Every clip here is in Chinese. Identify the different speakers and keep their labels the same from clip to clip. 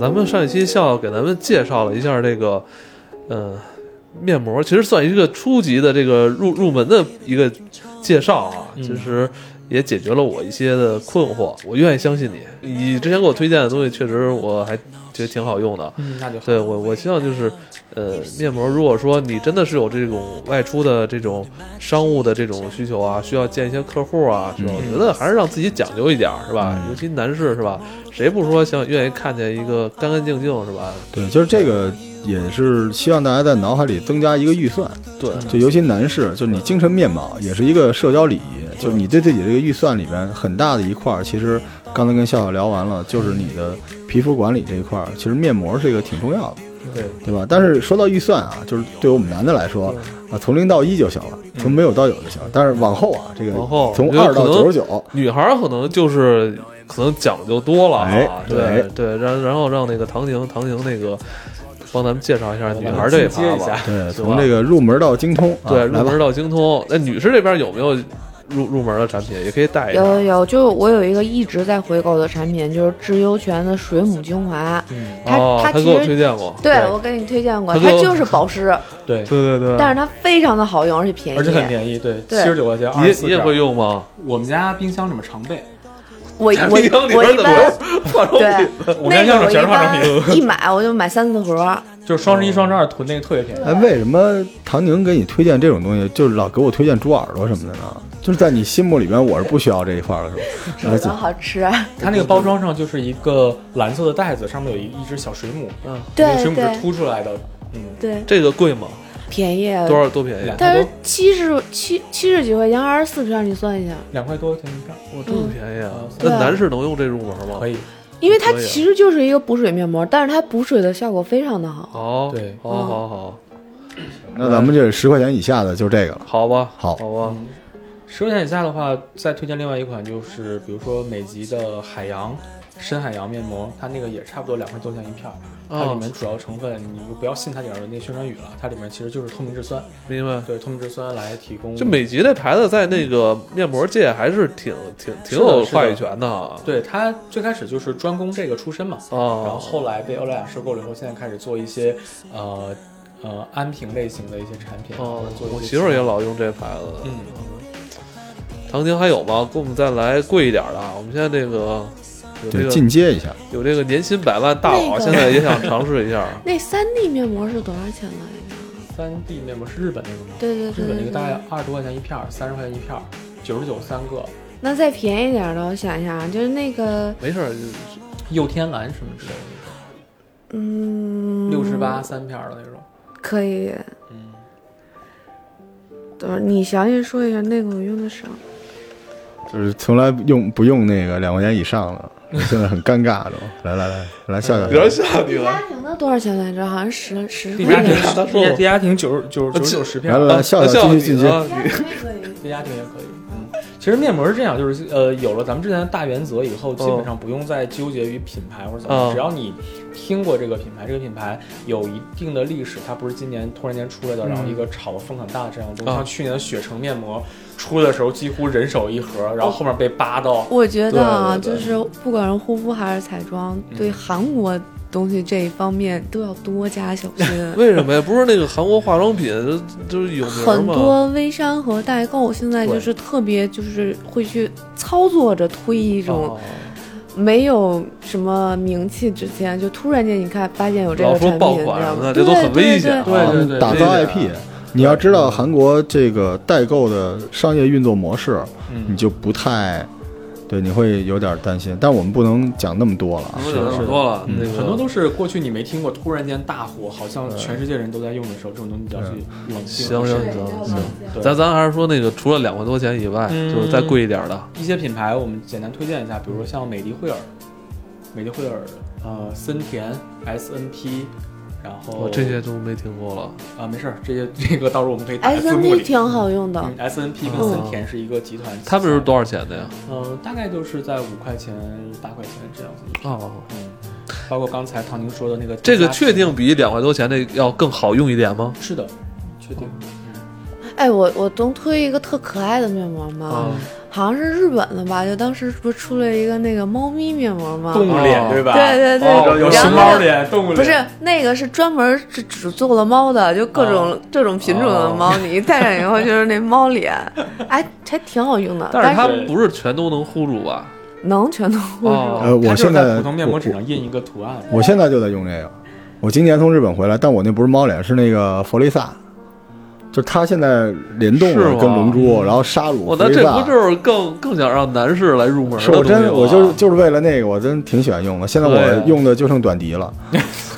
Speaker 1: 咱们上一期笑给咱们介绍了一下这个，嗯、面膜其实算一个初级的这个入入门的一个介绍啊，其实也解决了我一些的困惑。我愿意相信你，你之前给我推荐的东西确实我还觉得挺好用的。
Speaker 2: 嗯，那就好。
Speaker 1: 对我，我希望就是，呃，面膜。如果说你真的是有这种外出的这种商务的这种需求啊，需要见一些客户啊，是吧？
Speaker 3: 嗯
Speaker 1: 我觉得还是让自己讲究一点儿，是吧？尤其男士，是吧？谁不说想愿意看见一个干干净净，是吧？
Speaker 3: 对，就是这个也是希望大家在脑海里增加一个预算，
Speaker 1: 对，
Speaker 3: 就尤其男士，就是你精神面貌也是一个社交礼仪，就是你对自己这个预算里边很大的一块儿，其实刚才跟笑笑聊完了，就是你的皮肤管理这一块儿，其实面膜是一个挺重要的，
Speaker 1: 对，
Speaker 3: 对吧？但是说到预算啊，就是对我们男的来说啊，从零到一就行了，从没有到有就行了，但是往后啊，这个
Speaker 1: 嗯往后
Speaker 3: 从
Speaker 1: 我觉得
Speaker 3: 二到
Speaker 1: 可
Speaker 3: 九
Speaker 1: 能
Speaker 3: 十九，
Speaker 1: 女孩儿可能就是可能讲究多了
Speaker 3: 哎
Speaker 1: 啊，对
Speaker 3: 哎
Speaker 1: 对，然然后让那个唐宁，唐宁那个帮咱们介绍一下女孩儿这一
Speaker 2: 我们
Speaker 1: 趴
Speaker 2: 进阶一
Speaker 1: 吧
Speaker 2: 下。
Speaker 3: 对，
Speaker 1: 是
Speaker 3: 从
Speaker 1: 吧
Speaker 3: 这个入门到精通，啊
Speaker 1: 对，
Speaker 3: 来
Speaker 1: 入
Speaker 3: 吧
Speaker 1: 门，到精通。那女士这边有没有入入门的产品？也可以带一下。啊
Speaker 4: 有有，就我有一个一直在回购的产品，就是智优泉的水母精华，
Speaker 2: 嗯，
Speaker 4: 它
Speaker 1: 哦，
Speaker 4: 它
Speaker 1: 他
Speaker 4: 其
Speaker 1: 给我
Speaker 4: 实
Speaker 1: 推荐过。
Speaker 4: 对
Speaker 2: 对
Speaker 4: 我给你推荐过，
Speaker 1: 它
Speaker 4: 它
Speaker 1: 给我嗯
Speaker 4: 就是保湿，
Speaker 2: 对，
Speaker 1: 对对对
Speaker 4: 但是它非常的好用，而且便宜。
Speaker 2: 而且很便宜，对，七
Speaker 4: 对
Speaker 2: 十九块钱，
Speaker 1: 你也你也
Speaker 2: 24
Speaker 1: 会用吗？
Speaker 2: 克？我们家冰箱里面常备，
Speaker 4: 我我
Speaker 1: 冰箱里
Speaker 4: 我
Speaker 1: 边
Speaker 4: 一
Speaker 1: 怎
Speaker 4: 般
Speaker 1: 么化妆
Speaker 4: 对
Speaker 1: 品？
Speaker 2: 我们
Speaker 4: 那
Speaker 2: 家
Speaker 4: 个
Speaker 2: 用的
Speaker 4: 我一
Speaker 2: 全是化妆品，
Speaker 4: 般一买我就买三四盒，
Speaker 2: 就是双十一、双十二囤那个特别便宜。
Speaker 3: 哎，为什么唐宁给你推荐这种东西，就是老给我推荐猪耳朵什么的呢？就是在你心目里边，我是不需要这一块儿的，是吧？
Speaker 4: 手
Speaker 3: 而且
Speaker 4: 的好吃。
Speaker 2: 它那个包装上就是一个蓝色的袋子，上面有一一只小水母，
Speaker 1: 嗯，
Speaker 2: 那
Speaker 4: 对
Speaker 2: 个水母是
Speaker 4: 对
Speaker 2: 凸出来的，嗯，
Speaker 4: 对，
Speaker 1: 这个贵吗？
Speaker 4: 便宜。
Speaker 1: 多少多便宜？啊
Speaker 4: 它是七十七七十几块钱，二十四片，你算一下，
Speaker 2: 两块多钱一片儿，
Speaker 1: 哇，这么便宜啊！那
Speaker 4: 对
Speaker 1: 男士能用这入门吗？
Speaker 2: 可。以。
Speaker 4: 因为它
Speaker 1: 可以啊
Speaker 4: 其实就是一个补水面膜，但是它补水的效果非常的好。
Speaker 1: 好，
Speaker 2: 对
Speaker 1: 好好好，
Speaker 3: 那咱们这十块钱以下的就这个了。
Speaker 1: 好吧，
Speaker 3: 好
Speaker 1: 好吧，
Speaker 2: 嗯十块钱以下的话，再推荐另外一款，就是比如说美极的海洋深海洋面膜，它那个也差不多两块多钱一片儿。它里
Speaker 1: 哦
Speaker 2: 面主要成分，你就不要信它里面的那宣传语了，它里面其实就是透明质酸，
Speaker 1: 明白。
Speaker 2: 对透明质酸来提供。
Speaker 1: 就美极这牌子在那个面膜界还是挺挺挺有话语权的啊。
Speaker 2: 对它最开始就是专攻这个出身嘛，然后
Speaker 1: 哦，
Speaker 2: 后来被欧莱雅收购了以后，现在开始做一些呃呃安瓶类型的一些产品，
Speaker 1: 哦
Speaker 2: 或者做一，些
Speaker 1: 我媳妇儿也老用这牌子。
Speaker 2: 嗯，
Speaker 1: 唐宁还有吗？给我们再来贵一点的啊。我们现在这个有这
Speaker 3: 对，
Speaker 1: 个
Speaker 3: 进阶一下，
Speaker 1: 有这个年薪百万大佬，啊
Speaker 4: 那个
Speaker 1: 现在也想尝试一下。
Speaker 4: 那三 D 面膜是多少钱来着？
Speaker 2: 三 D 面膜是日本那个吗？
Speaker 4: 对对对
Speaker 2: 日本那
Speaker 4: 对
Speaker 2: 个大
Speaker 4: 对
Speaker 2: 概。二十多块钱一片儿，三十块钱一片儿，九十九三个，
Speaker 4: 那再便宜点儿的，我想一下，啊，就是那个
Speaker 1: 没事儿，
Speaker 2: 佑天蓝什么之类的，
Speaker 4: 嗯，
Speaker 2: 六十八三片儿的那种。
Speaker 4: 可以。
Speaker 2: 嗯，
Speaker 4: 等会儿你详细说一下那个我用的少。
Speaker 3: 就是从来用不用那个两块钱以上的，现在很尴尬都。来来来，来笑笑，
Speaker 1: 别吓你
Speaker 4: 家
Speaker 1: 了。
Speaker 4: 庭的多少钱来着？好像十十
Speaker 2: 地
Speaker 4: 块
Speaker 2: 家
Speaker 4: 钱
Speaker 2: 庭，
Speaker 1: 他说呃过
Speaker 2: 地家地家庭九十九九十九十片
Speaker 3: 来
Speaker 2: 儿
Speaker 3: 来，来呃笑
Speaker 1: 啊笑
Speaker 3: 笑，
Speaker 1: 你啊
Speaker 3: 继续进阶。
Speaker 1: 呢你
Speaker 2: 地家庭也可以。嗯，其实面膜是这样，就是呃，有了咱们之前的大原则以后，基本上不用再纠结于品牌或者怎么
Speaker 1: 嗯
Speaker 2: 样，只要你听过这个品牌，这个品牌有一定的历史，它不是今年突然间出来的，然后一个炒得风很大的这样的东
Speaker 1: 嗯。
Speaker 2: 西。像去年的雪橙面膜出的时候，几乎人手一盒，然后后面被扒到。
Speaker 4: 我觉得啊，
Speaker 2: 对
Speaker 4: 就
Speaker 2: 对嗯对
Speaker 4: 是不管是护肤还是彩妆，对韩国东西这一方面都要多加小心
Speaker 1: 为什么呀？不是那个韩国化妆品就就是有名儿
Speaker 4: 很
Speaker 1: 吗？
Speaker 4: 多微商和代购现在就是特别就是会去操作着推一种
Speaker 1: 哦
Speaker 4: 没有什么名气之前，就突然间你看发现有这
Speaker 1: 老
Speaker 4: 个
Speaker 1: 说
Speaker 4: 产
Speaker 1: 爆
Speaker 4: 品，你知
Speaker 1: 款
Speaker 4: 道
Speaker 1: 什么
Speaker 4: 吗？
Speaker 1: 的，这都很危险啊。
Speaker 4: 对对对
Speaker 2: 对对对
Speaker 3: 打造
Speaker 1: 这个
Speaker 3: IP。你要知道韩国这个代购的商业运作模式，你
Speaker 2: 嗯，
Speaker 3: 就不太对，你会有点担心。但我们不能讲那么多了啊。
Speaker 1: 是的，很多了，
Speaker 3: 嗯
Speaker 1: 那个
Speaker 2: 很多都是过去你没听过，突然间大火，好像全世界人都在用的时候，这种东西你要去冷静。
Speaker 1: 行行
Speaker 2: 对
Speaker 1: 行
Speaker 2: 嗯
Speaker 1: 行。
Speaker 2: 对
Speaker 1: 咱咱还是说那个，除了两万多钱以外，
Speaker 2: 嗯
Speaker 1: 就是再贵一点的。
Speaker 2: 一些品牌，我们简单推荐一下，比如说像美的惠尔、美的惠尔、呃森田、SNP，然后
Speaker 1: 我哦这些都没听过了。
Speaker 2: 啊、没事儿，这些 这个到时候我们可以打在
Speaker 4: 哎 S
Speaker 2: 字
Speaker 4: N
Speaker 2: 幕
Speaker 4: P
Speaker 2: 里。
Speaker 4: 挺好用的
Speaker 2: 哎嗯，，SNP
Speaker 1: 哦
Speaker 2: 跟森田是一个集团，
Speaker 1: 他们是多少钱的呀？
Speaker 2: 呃，大概就是在五块钱、八块钱这样子一个。
Speaker 1: 哦，
Speaker 2: 嗯，包括刚才唐宁说的那个，
Speaker 1: 这个确定比两万多钱的要更好用一点吗？
Speaker 2: 是的，确定。
Speaker 4: 哎，我我能推一个特可爱的面膜吗？
Speaker 2: 哦嗯
Speaker 1: 啊，
Speaker 4: 好像是日本的吧？就当时不是出了一个那个猫咪面膜吗？
Speaker 2: 动物脸对吧？
Speaker 4: 对对对
Speaker 2: 哦有
Speaker 4: 然后
Speaker 2: 熊猫脸、动物脸，
Speaker 4: 不是那个是专门只只做了猫的，就各种、这种品种的猫，你一戴上以后就是那猫脸，哎，还挺好用的。
Speaker 1: 但
Speaker 4: 但
Speaker 1: 是它
Speaker 2: 但是
Speaker 1: 不是全都能护住吧？
Speaker 4: 能全都护住。
Speaker 1: 哦
Speaker 3: 呃，我
Speaker 2: 它就是
Speaker 3: 现在
Speaker 2: 普通面膜
Speaker 3: 我
Speaker 2: 纸上印一个图案，
Speaker 3: 我现在就在用这个。我今年从日本回来，但我那不是猫脸，是那个佛利萨，就是它现在联动
Speaker 1: 是
Speaker 3: 了
Speaker 1: 吗嗯
Speaker 3: 跟龙珠，然后沙鲁
Speaker 1: 我
Speaker 3: 佛
Speaker 1: 那
Speaker 3: 利
Speaker 1: 这
Speaker 3: 萨
Speaker 1: 不。就是更更想让男士来入门
Speaker 3: 是
Speaker 1: 的
Speaker 3: 我
Speaker 1: 东西吗
Speaker 3: 真，我就是就是为了那个，我真挺喜欢用的。现在
Speaker 1: 对
Speaker 3: 我
Speaker 1: 啊
Speaker 3: 用的就剩短笛 了，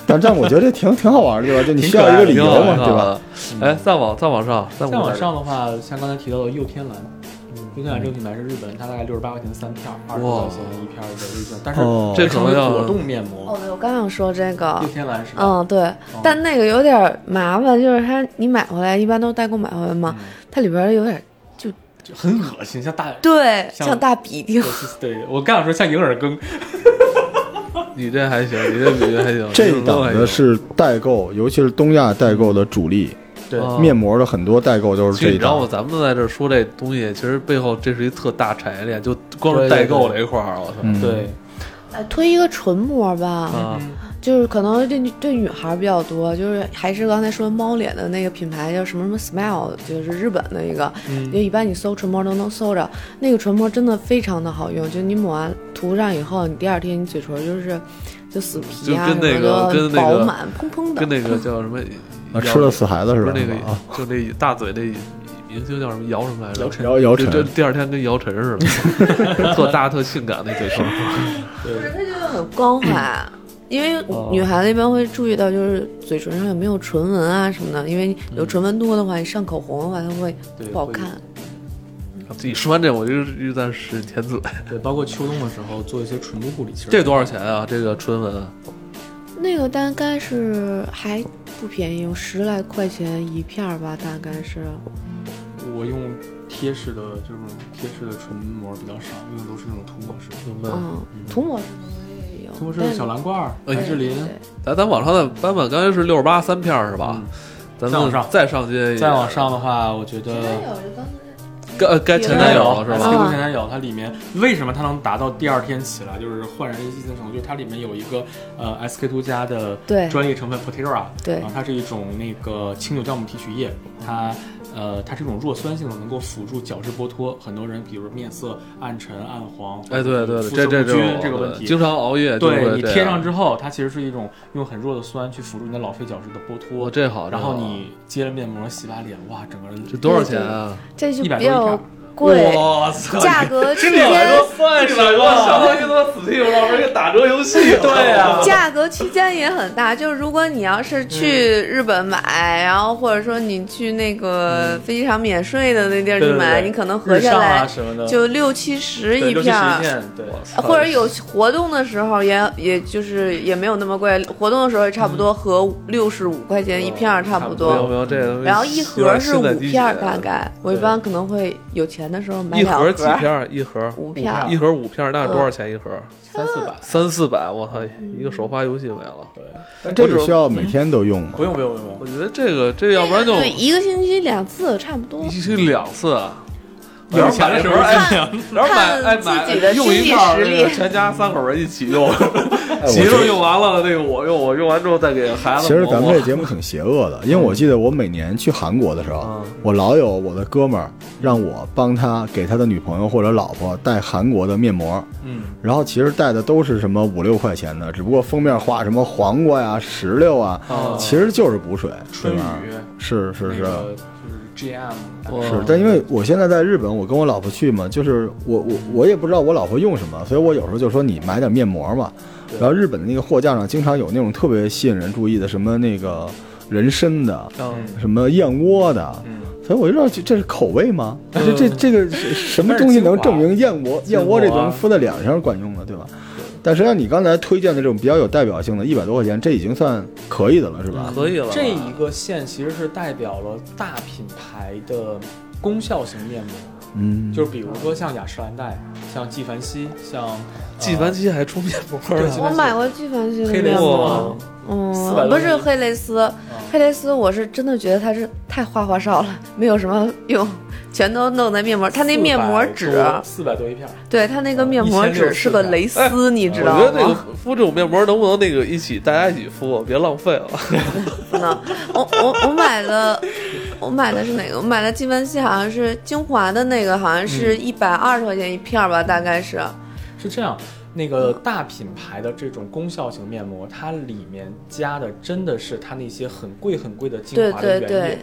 Speaker 3: 但但我觉得这挺挺好玩的，对吧？就你需要一个理
Speaker 1: 挺
Speaker 3: 由
Speaker 1: 好
Speaker 3: 嘛，
Speaker 1: 看的
Speaker 3: 对吧？？
Speaker 1: 哎，再往再往上，再
Speaker 2: 再往上的话，像刚才提到的右天蓝，
Speaker 1: 嗯
Speaker 2: 右天蓝这个品牌是日本，它大概六十八块钱三片儿，二十多块钱一片儿的预算，但是
Speaker 3: 哦
Speaker 1: 这可
Speaker 2: 成
Speaker 1: 能
Speaker 2: 为
Speaker 1: 要
Speaker 2: 果冻面膜
Speaker 4: 哦，，对，我刚想说这个
Speaker 2: 右，天蓝是吧？
Speaker 4: 嗯，对，
Speaker 2: 哦
Speaker 4: 但那个有点麻烦，就是它你买回来一般都是代购买回来嘛，它里边有点
Speaker 2: 就很恶心，像大。
Speaker 4: 对
Speaker 2: 像
Speaker 4: 像大鼻涕
Speaker 2: 我，是 对我刚想说像银耳羹，
Speaker 1: 你这还行，你这比这还行，
Speaker 3: 这一
Speaker 1: 你都
Speaker 3: 档
Speaker 1: 还行
Speaker 3: 的是代购，尤其是东亚代购的主力，
Speaker 2: 对
Speaker 1: 哦
Speaker 3: 面膜的很多代购都是
Speaker 1: 其
Speaker 3: 这
Speaker 1: 实
Speaker 3: 一
Speaker 1: 你知道吗？
Speaker 3: 档。
Speaker 1: 咱们在这儿说这东西，其实背后这是一特大产业链，就光是
Speaker 2: 对对
Speaker 1: 代购
Speaker 2: 对
Speaker 1: 这一块儿，我操！
Speaker 3: 嗯，
Speaker 2: 对，
Speaker 4: 哎，推一个唇膜吧，
Speaker 1: 啊，
Speaker 4: 就是可能对女对女孩儿比较多，就是还是刚才说猫脸的那个品牌叫什么什么 Smile，就是日本的一个，就
Speaker 2: 嗯，
Speaker 4: 一般你搜唇膜都能搜着。那个唇膜真的非常的好用，就你抹完涂上以后，你第二天你嘴唇就是就死皮啊，
Speaker 1: 就跟那个
Speaker 4: 什么的
Speaker 1: 跟那个
Speaker 4: 饱满砰砰的，
Speaker 1: 跟那个叫什么
Speaker 3: 啊，吃了死孩子似
Speaker 1: 不
Speaker 3: 的，
Speaker 1: 是那个
Speaker 3: 啊，
Speaker 1: 就那大嘴那明星叫什么姚什么来着？
Speaker 2: 姚晨
Speaker 3: 姚姚
Speaker 1: 就
Speaker 3: 晨，
Speaker 1: 这第二天跟姚晨似的， 特大特性感那嘴 唇。
Speaker 4: 不是它就很光 滑。因为女孩子一般会注意到，就是嘴唇上有没有唇纹啊什么的，因为有唇纹多的话，你上口红的话，它会
Speaker 2: 对
Speaker 4: 不好
Speaker 2: 会
Speaker 4: 看。
Speaker 1: 自己说完这，我就又在使劲舔嘴。
Speaker 2: 对，包括秋冬的时候做一些唇部护理，其实
Speaker 1: 这多少钱啊？这个唇纹
Speaker 4: 那个大概是还不便宜，有十来块钱一片儿吧，大概是。
Speaker 2: 我用贴式的这种贴式的唇膜比较少，用的都是那种涂抹式。
Speaker 1: 明白？
Speaker 4: 嗯，涂抹是也有，
Speaker 2: 涂抹式
Speaker 4: 但
Speaker 2: 的小蓝罐儿、
Speaker 1: 哎
Speaker 2: 林志玲，
Speaker 1: 咱咱往上再翻翻，刚才是六十八三片儿是吧？咱
Speaker 2: 再往
Speaker 1: 们
Speaker 2: 上
Speaker 1: 再嗯上街，
Speaker 2: 再往上的话，我觉得
Speaker 1: 啊该呃该前男友了
Speaker 2: 是吧？
Speaker 1: 是
Speaker 2: 七
Speaker 1: 吧？
Speaker 4: 啊嗯
Speaker 2: 度前男友，它里面为什么它能达到第二天起来就是焕然一新的程度？就是它里面有一个呃 SK two 加的
Speaker 4: 对
Speaker 2: 专业成分 Potera，
Speaker 4: 对
Speaker 2: 然后它是一种那个清酒酵母提取液，它呃它是一种弱酸性的，能够辅助角质剥脱。很多人比如面色暗沉、暗黄，
Speaker 1: 哎，对对，对
Speaker 2: 肤
Speaker 1: 这
Speaker 2: 色
Speaker 1: 这
Speaker 2: 不均
Speaker 1: 这
Speaker 2: 这个问
Speaker 1: 对
Speaker 2: 题，
Speaker 1: 经常熬夜就
Speaker 2: 对
Speaker 1: 会
Speaker 2: 你
Speaker 1: 这
Speaker 2: 贴
Speaker 1: 样
Speaker 2: 上之后，它其实是一种用很弱的酸去辅助你的老废角质的剥
Speaker 1: 我
Speaker 2: 脱，
Speaker 1: 哦这好，
Speaker 2: 然
Speaker 1: 这
Speaker 2: 后
Speaker 1: 好
Speaker 2: 你接了面膜洗把脸，哇，整个人
Speaker 1: 这多少钱啊？
Speaker 4: 这就
Speaker 2: 一百
Speaker 4: 比
Speaker 2: 多一片
Speaker 4: 较
Speaker 2: 儿，
Speaker 4: 贵，
Speaker 2: 我操，
Speaker 4: 价 格 区
Speaker 1: 这
Speaker 4: 间
Speaker 1: 都算上了，我相当于他妈 Steam 上面一个打折游戏。
Speaker 2: 对啊，
Speaker 4: 价格区间也很大。就是如果你要是去
Speaker 2: 嗯
Speaker 4: 日本买，然后或者说你去那个飞机场免税的那地儿
Speaker 2: 嗯
Speaker 4: 去
Speaker 2: 对对
Speaker 4: 买，
Speaker 2: 对
Speaker 4: 你可能合下
Speaker 2: 日上
Speaker 4: 来
Speaker 2: 啊什么的
Speaker 4: 就六七十
Speaker 2: 对
Speaker 4: 一
Speaker 2: 六七
Speaker 4: 片儿
Speaker 2: 十一。片，对，
Speaker 4: 呃或者有活动的时候也，也就是也没有那么贵。活动的时候，差不多
Speaker 2: 嗯
Speaker 4: 和六十五块钱一片儿差不
Speaker 1: 没有
Speaker 4: 多。
Speaker 1: 没有这东西
Speaker 4: 然后一盒是
Speaker 1: 有
Speaker 4: 五
Speaker 1: 点心
Speaker 4: 片
Speaker 1: 在
Speaker 4: 儿，
Speaker 1: 滴血
Speaker 4: 大概。我一般可能会有钱的时候买
Speaker 1: 一
Speaker 4: 两嗯
Speaker 1: 盒几片儿？一盒
Speaker 4: 五片儿
Speaker 2: 五片儿
Speaker 1: 一盒五片儿，那是多少钱一盒？
Speaker 2: 三四 百，
Speaker 1: 三四百，我操，一个首发游戏没了。
Speaker 2: 对，
Speaker 3: 但这个需要
Speaker 1: 嗯
Speaker 3: 每天都用吗？
Speaker 2: 不用不用不用
Speaker 1: 我，觉得这个这要不然就
Speaker 4: 对，一个星期两次差不多
Speaker 1: 一。去两次啊。
Speaker 2: 有
Speaker 1: 然后
Speaker 2: 钱
Speaker 1: 买
Speaker 2: 的
Speaker 1: 一
Speaker 2: 时
Speaker 1: 盒
Speaker 2: 候
Speaker 1: 哎，然后买
Speaker 4: 看
Speaker 1: 哎买
Speaker 4: 自己的
Speaker 1: 用一
Speaker 4: 经济
Speaker 1: 片儿
Speaker 4: 实
Speaker 1: 那个
Speaker 4: 力
Speaker 1: 全家三口人一起用，
Speaker 3: 哎我
Speaker 1: 媳
Speaker 3: 觉
Speaker 1: 妇
Speaker 3: 得
Speaker 1: 儿用完了，那个我用，我用完之后再给孩子
Speaker 3: 其
Speaker 1: 磨
Speaker 3: 实
Speaker 1: 磨。
Speaker 3: 咱们这节目挺邪恶的，因为我记得我每年去韩国的时候
Speaker 1: 嗯，
Speaker 3: 我老有我的哥们儿让我帮他给他的女朋友或者老婆带韩国的面膜，
Speaker 2: 嗯，
Speaker 3: 然后其实带的都是什么五六块钱的，只不过封面画什么黄瓜呀、石榴啊，
Speaker 2: 哦
Speaker 3: 其实就是补水，
Speaker 2: 春
Speaker 3: 对
Speaker 2: 雨
Speaker 3: 吧？是是啊
Speaker 2: 那
Speaker 3: 是。
Speaker 2: 个就是 GM，
Speaker 1: 我
Speaker 3: 是，但因为我现在在日本，我跟我老婆去嘛，就是我我我也不知道我老婆用什么，所以我有时候就说你买点面膜嘛。
Speaker 2: 对
Speaker 3: 然后日本的那个货架上经常有那种特别吸引人注意的，什么那个人参的，
Speaker 1: 嗯
Speaker 3: 什么燕窝的，
Speaker 2: 嗯，
Speaker 3: 所以我就知道这这是口味吗？这这这个是什么
Speaker 2: 但是
Speaker 3: 东西
Speaker 2: 精
Speaker 3: 能
Speaker 2: 华
Speaker 3: 证明燕窝
Speaker 2: 精
Speaker 3: 燕窝这
Speaker 2: 华
Speaker 3: 东西敷在脸上是管用的，对吧？但实际上你刚才推荐的这种比较有代表性的，一百多块钱，这已经算可以的了，是吧？
Speaker 1: 可以了吧。
Speaker 2: 这一个线其实是代表了大品牌的功效型面膜。
Speaker 3: 嗯，
Speaker 2: 就是比如说像雅诗兰黛、像纪梵希、像呃
Speaker 1: 纪梵希还出面膜
Speaker 2: 对纪啊
Speaker 1: 呢，
Speaker 4: 我买过纪梵希的
Speaker 2: 呃黑啊
Speaker 4: 面
Speaker 2: 蕾丝
Speaker 4: 膜
Speaker 1: 哇
Speaker 2: 嘛，400
Speaker 4: 嗯
Speaker 2: 多，
Speaker 1: 哦
Speaker 4: 不是黑蕾丝，佩雷斯，我是真的觉得它是太花花哨了，没有什么用，全都弄在面膜。它那面膜纸，啊
Speaker 2: 四百多一片儿，
Speaker 4: 对它那个
Speaker 1: 哦
Speaker 4: 面膜纸是个蕾丝，你知
Speaker 1: 哎我
Speaker 4: 道
Speaker 1: 觉
Speaker 4: 吗？
Speaker 1: 得那个敷这种面膜能不能那个一起大家一起敷，啊别浪费了。
Speaker 4: 不能， 我我我买的，我买的是哪个？我买的纪梵希好像是精华的那个，好像
Speaker 1: 嗯
Speaker 4: 是一百二十块钱一片儿吧，大概是。
Speaker 2: 是这样。那个
Speaker 1: 嗯
Speaker 2: 大品牌的这种功效型面膜，它里面加的真的是它那些很贵很贵的精
Speaker 4: 对
Speaker 2: 华的
Speaker 4: 对
Speaker 2: 原液，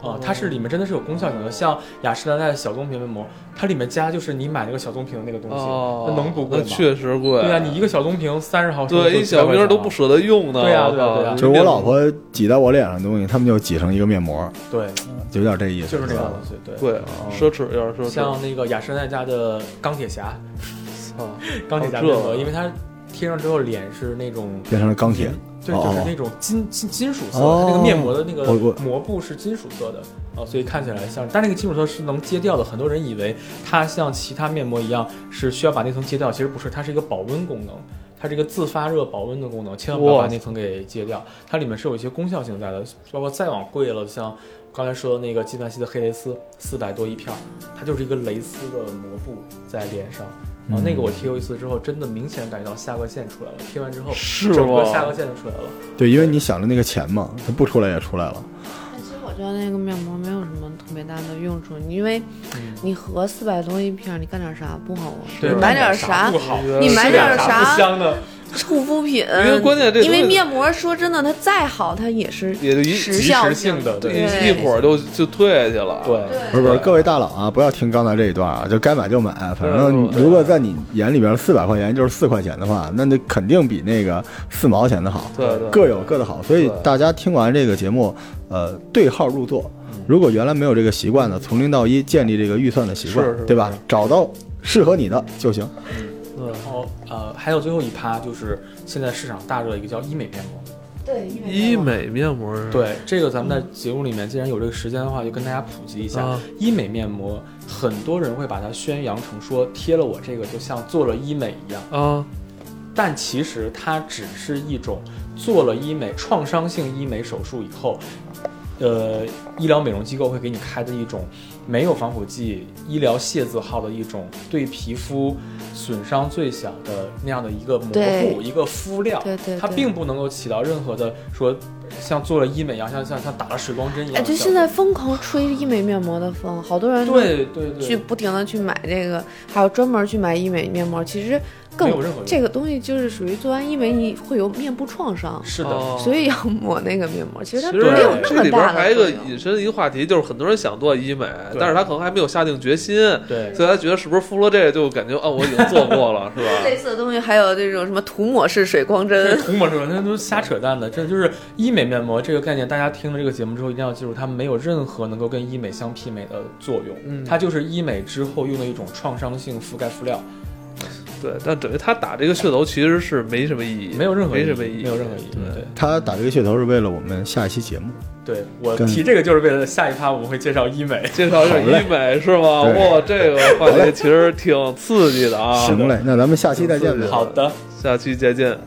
Speaker 4: 对，
Speaker 2: 啊，它是里面真的是有功效型
Speaker 1: 哦
Speaker 2: 的，像雅诗兰黛的小棕瓶面膜，它里面加就是你买那个小棕瓶的那个东西，
Speaker 1: 哦，
Speaker 2: 那能不贵
Speaker 1: 那
Speaker 2: 吗？
Speaker 1: 确实贵。
Speaker 2: 对啊，你一个小棕瓶三十毫升，
Speaker 1: 对一小
Speaker 2: 瓶
Speaker 1: 瓶都不舍得用呢。
Speaker 2: 对啊对啊对啊
Speaker 1: 我靠
Speaker 3: 就是我老婆挤在我脸上的东西，他们就挤成一个面膜，
Speaker 2: 对，
Speaker 3: 就有点这意思。
Speaker 2: 就是那个
Speaker 3: 吧
Speaker 2: 东西，对。
Speaker 3: 哦
Speaker 1: 贵，奢侈有点奢侈。
Speaker 2: 像那个雅诗兰黛家的钢铁侠，嗯
Speaker 1: 啊
Speaker 2: 钢铁侠
Speaker 1: 哦
Speaker 2: 面
Speaker 1: 这
Speaker 2: 膜，因为它贴上之后脸是那种
Speaker 3: 变成了钢铁。
Speaker 2: 对，
Speaker 3: 哦
Speaker 2: 就是那种金金金属色，
Speaker 3: 哦
Speaker 2: 它那个面膜的那
Speaker 3: 我
Speaker 2: 个膜布是金属色的啊、所以看起来像，但那个金属色是能揭掉的。很多人以为它像其他面膜一样是需要把那层揭掉，其实不是，它是一个保温功能，它是一个自发热保温的功能，千万不要
Speaker 1: 哇
Speaker 2: 把那层给揭掉。它里面是有一些功效性在的，包括再往贵了，像刚才说的那个纪梵希的黑蕾丝，四百多一片儿，它就是一个蕾丝的膜布在脸上。啊，
Speaker 3: 嗯
Speaker 2: 那个我贴过一次之后，真的明显感觉到下颚线出来了。贴完之后，
Speaker 1: 是
Speaker 2: 整个
Speaker 1: 吗
Speaker 2: 下颚线就出来了。
Speaker 3: 对，因为你想着那个钱嘛，它不出来也出来了。
Speaker 4: 但其实我觉得那个面膜没有什么特别大的用处，因为
Speaker 2: 嗯
Speaker 4: 你合四百多一片儿，你干点啥不好啊？
Speaker 2: 对，
Speaker 4: 你买点啥
Speaker 2: 不？好？
Speaker 1: 你
Speaker 4: 买
Speaker 2: 吃
Speaker 4: 点
Speaker 2: 点
Speaker 4: 啥
Speaker 2: 不香的？
Speaker 4: 护肤品，
Speaker 1: 因为关键这
Speaker 4: 因为
Speaker 1: 东西
Speaker 4: 面膜说真的，它再好，它也是
Speaker 1: 也就一
Speaker 4: 时
Speaker 2: 即
Speaker 4: 效
Speaker 2: 时性的，
Speaker 1: 对
Speaker 2: 对
Speaker 1: 一一会儿就就退下去了。
Speaker 2: 对，
Speaker 3: 不是不是，各位大佬啊，不要听刚才这一段啊，就该买就买。反正
Speaker 1: 对
Speaker 3: 如果在你眼里边四百块钱就是四块钱的话，那那肯定比那个四毛钱的好。
Speaker 1: 对对
Speaker 3: 各有各的好。所以大家听完这个节目，呃，对号入座。
Speaker 1: 嗯
Speaker 3: 如果原来没有这个习惯的，从零到一建立这个预算的习惯，
Speaker 1: 是是
Speaker 3: 对吧？找到适合你的就行。
Speaker 1: 嗯
Speaker 2: 然后呃，还有最后一趴就是现在市场大热的一个叫医美面膜。
Speaker 4: 对
Speaker 1: 医美面膜是吧
Speaker 2: 对，这个咱们在节目里面，既然有这个时间的话，就跟大家普及一下。
Speaker 1: 啊
Speaker 2: 医美面膜，很多人会把它宣扬成说贴了我这个就像做了医美一样，
Speaker 1: 啊，
Speaker 2: 但其实它只是一种做了医美创伤性医美手术以后，呃，医疗美容机构会给你开的一种没有防腐剂、医疗械字号的一种对皮肤损伤最小的那样的一个膜
Speaker 4: 对
Speaker 2: 布、一个敷料。
Speaker 4: 对对，
Speaker 1: 啊
Speaker 2: 它
Speaker 4: 对
Speaker 2: 并不能够起到任何的说像做了医美一样，像像像打了水光针一样
Speaker 1: 啊
Speaker 4: 哎，
Speaker 2: 的效果。
Speaker 4: 就现在疯狂吹医美面膜的风，好多人
Speaker 2: 对对对，
Speaker 4: 去不停的去买这个，还有专门去买医美面膜，其实更
Speaker 2: 没有任何用
Speaker 4: 这个东西就是属于做完医美你会有面部创伤，
Speaker 2: 是的，
Speaker 1: 哦
Speaker 4: 所以要抹那个面膜，其实它
Speaker 1: 其
Speaker 4: 没
Speaker 1: 实
Speaker 4: 有
Speaker 2: 对
Speaker 4: 那
Speaker 1: 这
Speaker 4: 么
Speaker 1: 里边
Speaker 4: 大
Speaker 1: 还有
Speaker 4: 的
Speaker 1: 一
Speaker 4: 作
Speaker 1: 个
Speaker 4: 用。
Speaker 1: 引申一个话题，就是很多人想做医美，
Speaker 2: 对
Speaker 1: 但是他可能还没有下定决心，
Speaker 2: 对
Speaker 1: 所以他觉得是不是敷了这个就感觉啊我已经做过 了，是
Speaker 4: 类
Speaker 1: 吧？
Speaker 4: 似的东西还有那种什么涂抹式水光针
Speaker 2: 这，涂抹出来，那都是瞎扯淡的。这就是医美面膜这个概念，大家听了这个节目之后一定要记住，它没有任何能够跟医美相媲美的作用。
Speaker 1: 嗯
Speaker 2: 它就是医美之后用的一种创伤性覆盖敷料，
Speaker 1: 对，但等于他打这个噱头其实是没什么意义，
Speaker 2: 没有任何
Speaker 1: 没
Speaker 2: 意义
Speaker 1: 什么意义，
Speaker 2: 没有任何意义。
Speaker 1: 对，
Speaker 3: 他打这个噱头是为了我们下一期节目。
Speaker 2: 对，对我
Speaker 3: 跟
Speaker 2: 提这个就是为了下一趴我们会介绍医美。
Speaker 1: 介绍一下医美是吗？
Speaker 3: 对
Speaker 1: 哇，这个话题其实挺刺激的啊！
Speaker 3: 行嘞，那咱们下期再见呗。
Speaker 1: 对
Speaker 2: 好的。
Speaker 1: 下期再见。